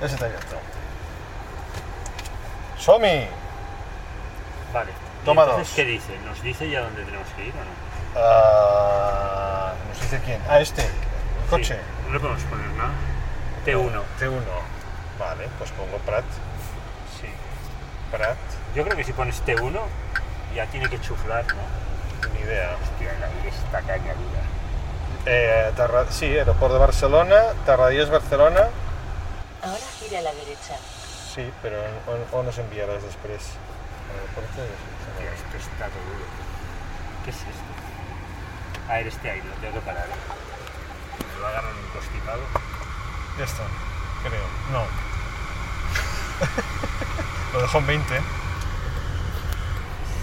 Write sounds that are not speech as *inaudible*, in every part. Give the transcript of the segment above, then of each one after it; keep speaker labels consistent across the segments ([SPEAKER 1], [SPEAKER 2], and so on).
[SPEAKER 1] Ese está abierto. Somi,
[SPEAKER 2] Vale. ¿Y
[SPEAKER 1] Toma
[SPEAKER 2] entonces
[SPEAKER 1] dos.
[SPEAKER 2] qué dice? ¿Nos dice ya dónde tenemos que ir o no?
[SPEAKER 1] ah, nos dice quién. Ah, este, el coche.
[SPEAKER 2] Sí, No le podemos poner nada. T1.
[SPEAKER 1] T1. Vale, pues pongo Prat.
[SPEAKER 2] Sí.
[SPEAKER 1] Prat,
[SPEAKER 2] Yo creo que si pones T1 ya tiene que chuflar, ¿no?
[SPEAKER 1] ni idea.
[SPEAKER 2] Hostia, la esta caña dura.
[SPEAKER 1] Eh, Tarra- sí, aeropuerto de Barcelona, Tarradellas Barcelona.
[SPEAKER 3] Ahora gira a la derecha.
[SPEAKER 1] Sí, pero o, o nos enviarás después. Aeropuerto de Barcelona.
[SPEAKER 2] Hostia, esto está todo duro. ¿Qué es esto? A ver, este aire, lo tengo que parar. ¿eh? Me va a agarrar un constipado.
[SPEAKER 1] Ya está, creo. *laughs* No. Lo dejó en 20.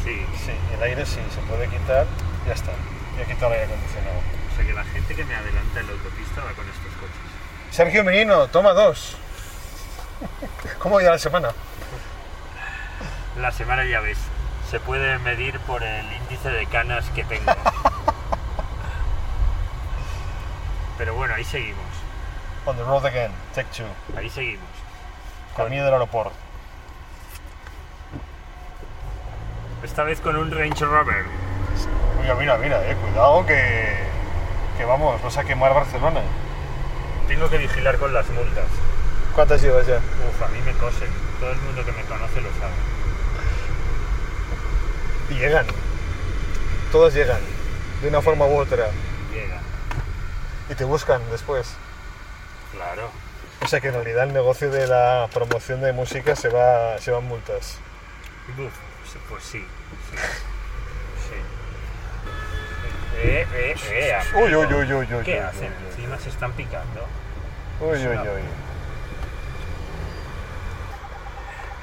[SPEAKER 2] Sí.
[SPEAKER 1] Sí, el aire sí, se puede quitar. Ya está. Ya he quitado el aire acondicionado.
[SPEAKER 2] O sea que la gente que me adelanta en la autopista va con estos coches.
[SPEAKER 1] Sergio Merino, toma dos. ¿Cómo ha ido la semana?
[SPEAKER 2] La semana ya ves, se puede medir por el índice de canas que
[SPEAKER 1] *laughs*
[SPEAKER 2] tengo. Pero bueno, ahí seguimos.
[SPEAKER 1] On the road again, take two.
[SPEAKER 2] Ahí seguimos.
[SPEAKER 1] Camino del aeropuerto.
[SPEAKER 2] Esta vez con un Range Rover.
[SPEAKER 1] Mira, mira, mira, eh, cuidado que, que vamos, vas a quemar Barcelona.
[SPEAKER 2] Tengo que vigilar con las multas.
[SPEAKER 1] ¿Cuántas llevas ya?
[SPEAKER 2] Uf, a mí me cosen. Todo el mundo que me conoce lo sabe.
[SPEAKER 1] Y llegan. Todas llegan, de una forma u otra.
[SPEAKER 2] Llega.
[SPEAKER 1] Y te buscan después.
[SPEAKER 2] Claro.
[SPEAKER 1] O sea que en realidad el negocio de la promoción de música se va, se van multas.
[SPEAKER 2] Buf, sí, pues sí. Sí. sí. Eh, eh, eh, amigo.
[SPEAKER 1] Uy, uy, uy, uy, uy,
[SPEAKER 2] ¿Qué
[SPEAKER 1] uy,
[SPEAKER 2] hacen?
[SPEAKER 1] uy, uy.
[SPEAKER 2] Encima se están picando.
[SPEAKER 1] Uy, uy, uy.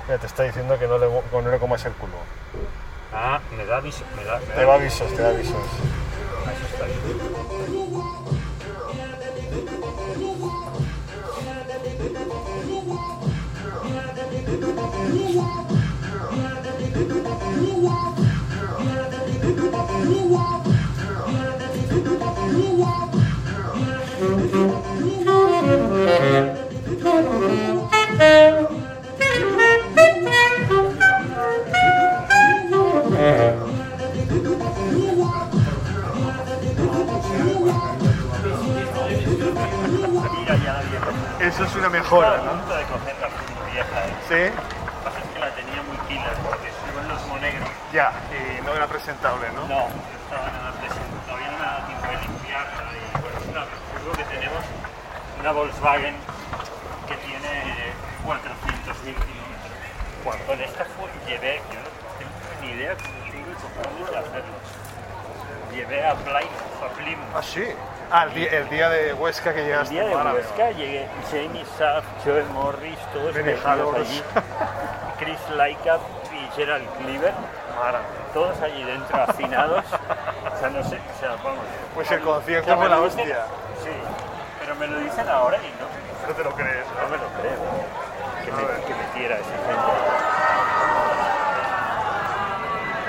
[SPEAKER 1] Mira, te está diciendo que no le, que no le comas el culo.
[SPEAKER 2] Ah, me da aviso. Me da, me
[SPEAKER 1] Te
[SPEAKER 2] da
[SPEAKER 1] da avisos, te da avisos.
[SPEAKER 2] Ah, Eso está bien. Mira, ya la vieja.
[SPEAKER 1] Eso es una
[SPEAKER 2] Estaba
[SPEAKER 1] mejora,
[SPEAKER 2] a punto de coger la funda vieja. eh.
[SPEAKER 1] Sí,
[SPEAKER 2] Lo que pasa es que la tenía muy killer, porque estuvo en los monegros.
[SPEAKER 1] ya. Y no era presentable, ¿no?
[SPEAKER 2] No, estaba nada presente. Todavía no me ha dado tiempo de limpiarla. Y bueno, es una furgo que tenemos, una Volkswagen que tiene 400.000 kilómetros. Con esta fue, llevé, yo no tengo ni idea cómo sigo cojones de hacerlo. Llevé a Plymouth, a Plymouth.
[SPEAKER 1] Ah, sí. Ah, el, di- el día de Huesca que
[SPEAKER 2] El
[SPEAKER 1] llegaste.
[SPEAKER 2] día de
[SPEAKER 1] Málaga.
[SPEAKER 2] Huesca llegué Jamie Saff, Joe Morris, todos
[SPEAKER 1] Benny
[SPEAKER 2] metidos
[SPEAKER 1] Hallowes.
[SPEAKER 2] allí. Chris Laika y Gerald Cleaver, todos allí dentro afinados. o sea, no sé, o sea, vamos.
[SPEAKER 1] Pues el concierto
[SPEAKER 2] O sea,
[SPEAKER 1] fue
[SPEAKER 2] me
[SPEAKER 1] la
[SPEAKER 2] lo dicen-
[SPEAKER 1] hostia.
[SPEAKER 2] Sí, pero me lo dicen ahora y no,
[SPEAKER 1] No te lo crees.
[SPEAKER 2] no me lo creo. Que,
[SPEAKER 1] A ver.
[SPEAKER 2] me, que metiera esa gente.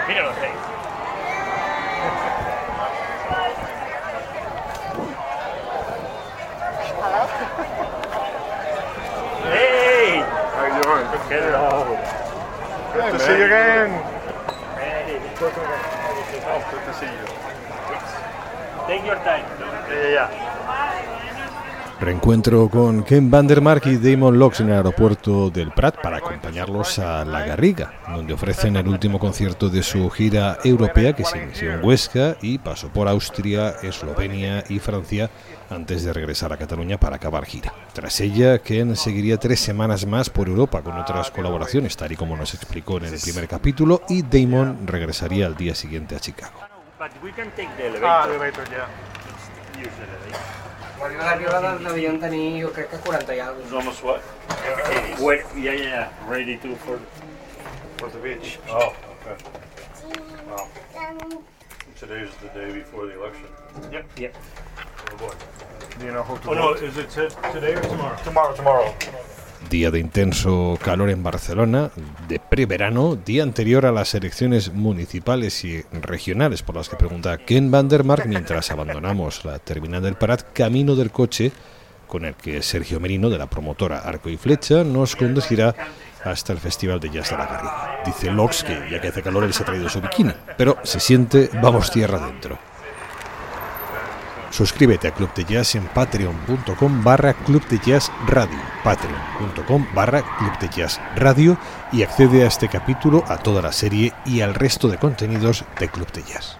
[SPEAKER 2] Míralos ahí. ¡Hey! Hello.
[SPEAKER 1] To see you again.
[SPEAKER 2] Hey. Take your time.
[SPEAKER 4] Reencuentro con Ken Vandermark y Damon Locks en el aeropuerto del Prat para acompañarlos a La Garriga, donde ofrecen el último concierto de su gira europea que se inició en Huesca y pasó por Austria, Eslovenia y Francia antes de regresar a Cataluña para acabar gira. Tras ella, Ken seguiría tres semanas más por Europa con otras colaboraciones, tal y como nos explicó en el primer capítulo, y Damon regresaría al día siguiente a Chicago.
[SPEAKER 2] But we can take the
[SPEAKER 1] Ah,
[SPEAKER 2] elevator.
[SPEAKER 1] elevator, ya.
[SPEAKER 2] Use the elevator.
[SPEAKER 5] Arriba, arriba del- devien tenir, jo crec que 40 i alguna cosa.
[SPEAKER 2] almost what? Wait, yeah, yeah, yeah. Ready to for.
[SPEAKER 1] For the Pues beach.
[SPEAKER 2] Oh, okay.
[SPEAKER 6] Today's the day before the election.
[SPEAKER 2] Yep, yep.
[SPEAKER 1] Do you know who to
[SPEAKER 6] Oh no,
[SPEAKER 1] vote?
[SPEAKER 6] is it t- today or tomorrow?
[SPEAKER 1] Tomorrow, tomorrow.
[SPEAKER 4] Día de intenso calor en Barcelona, de preverano, día anterior a las elecciones municipales y regionales por las que pregunta Ken Vandermark mientras abandonamos la terminal del Prat camino del coche con el que Sergio Merino, de la promotora Arco y Flecha, nos conducirá hasta el Festival de Jazz de la Garriga. Dice Lox que, ya que hace calor, él se ha traído su bikini, pero se siente vamos tierra adentro. Suscríbete a Club de Jazz en patreon.com barra Club de Jazz Radio, patreon.com barra Club de Jazz Radio y accede a este capítulo, a toda la serie y al resto de contenidos de Club de Jazz.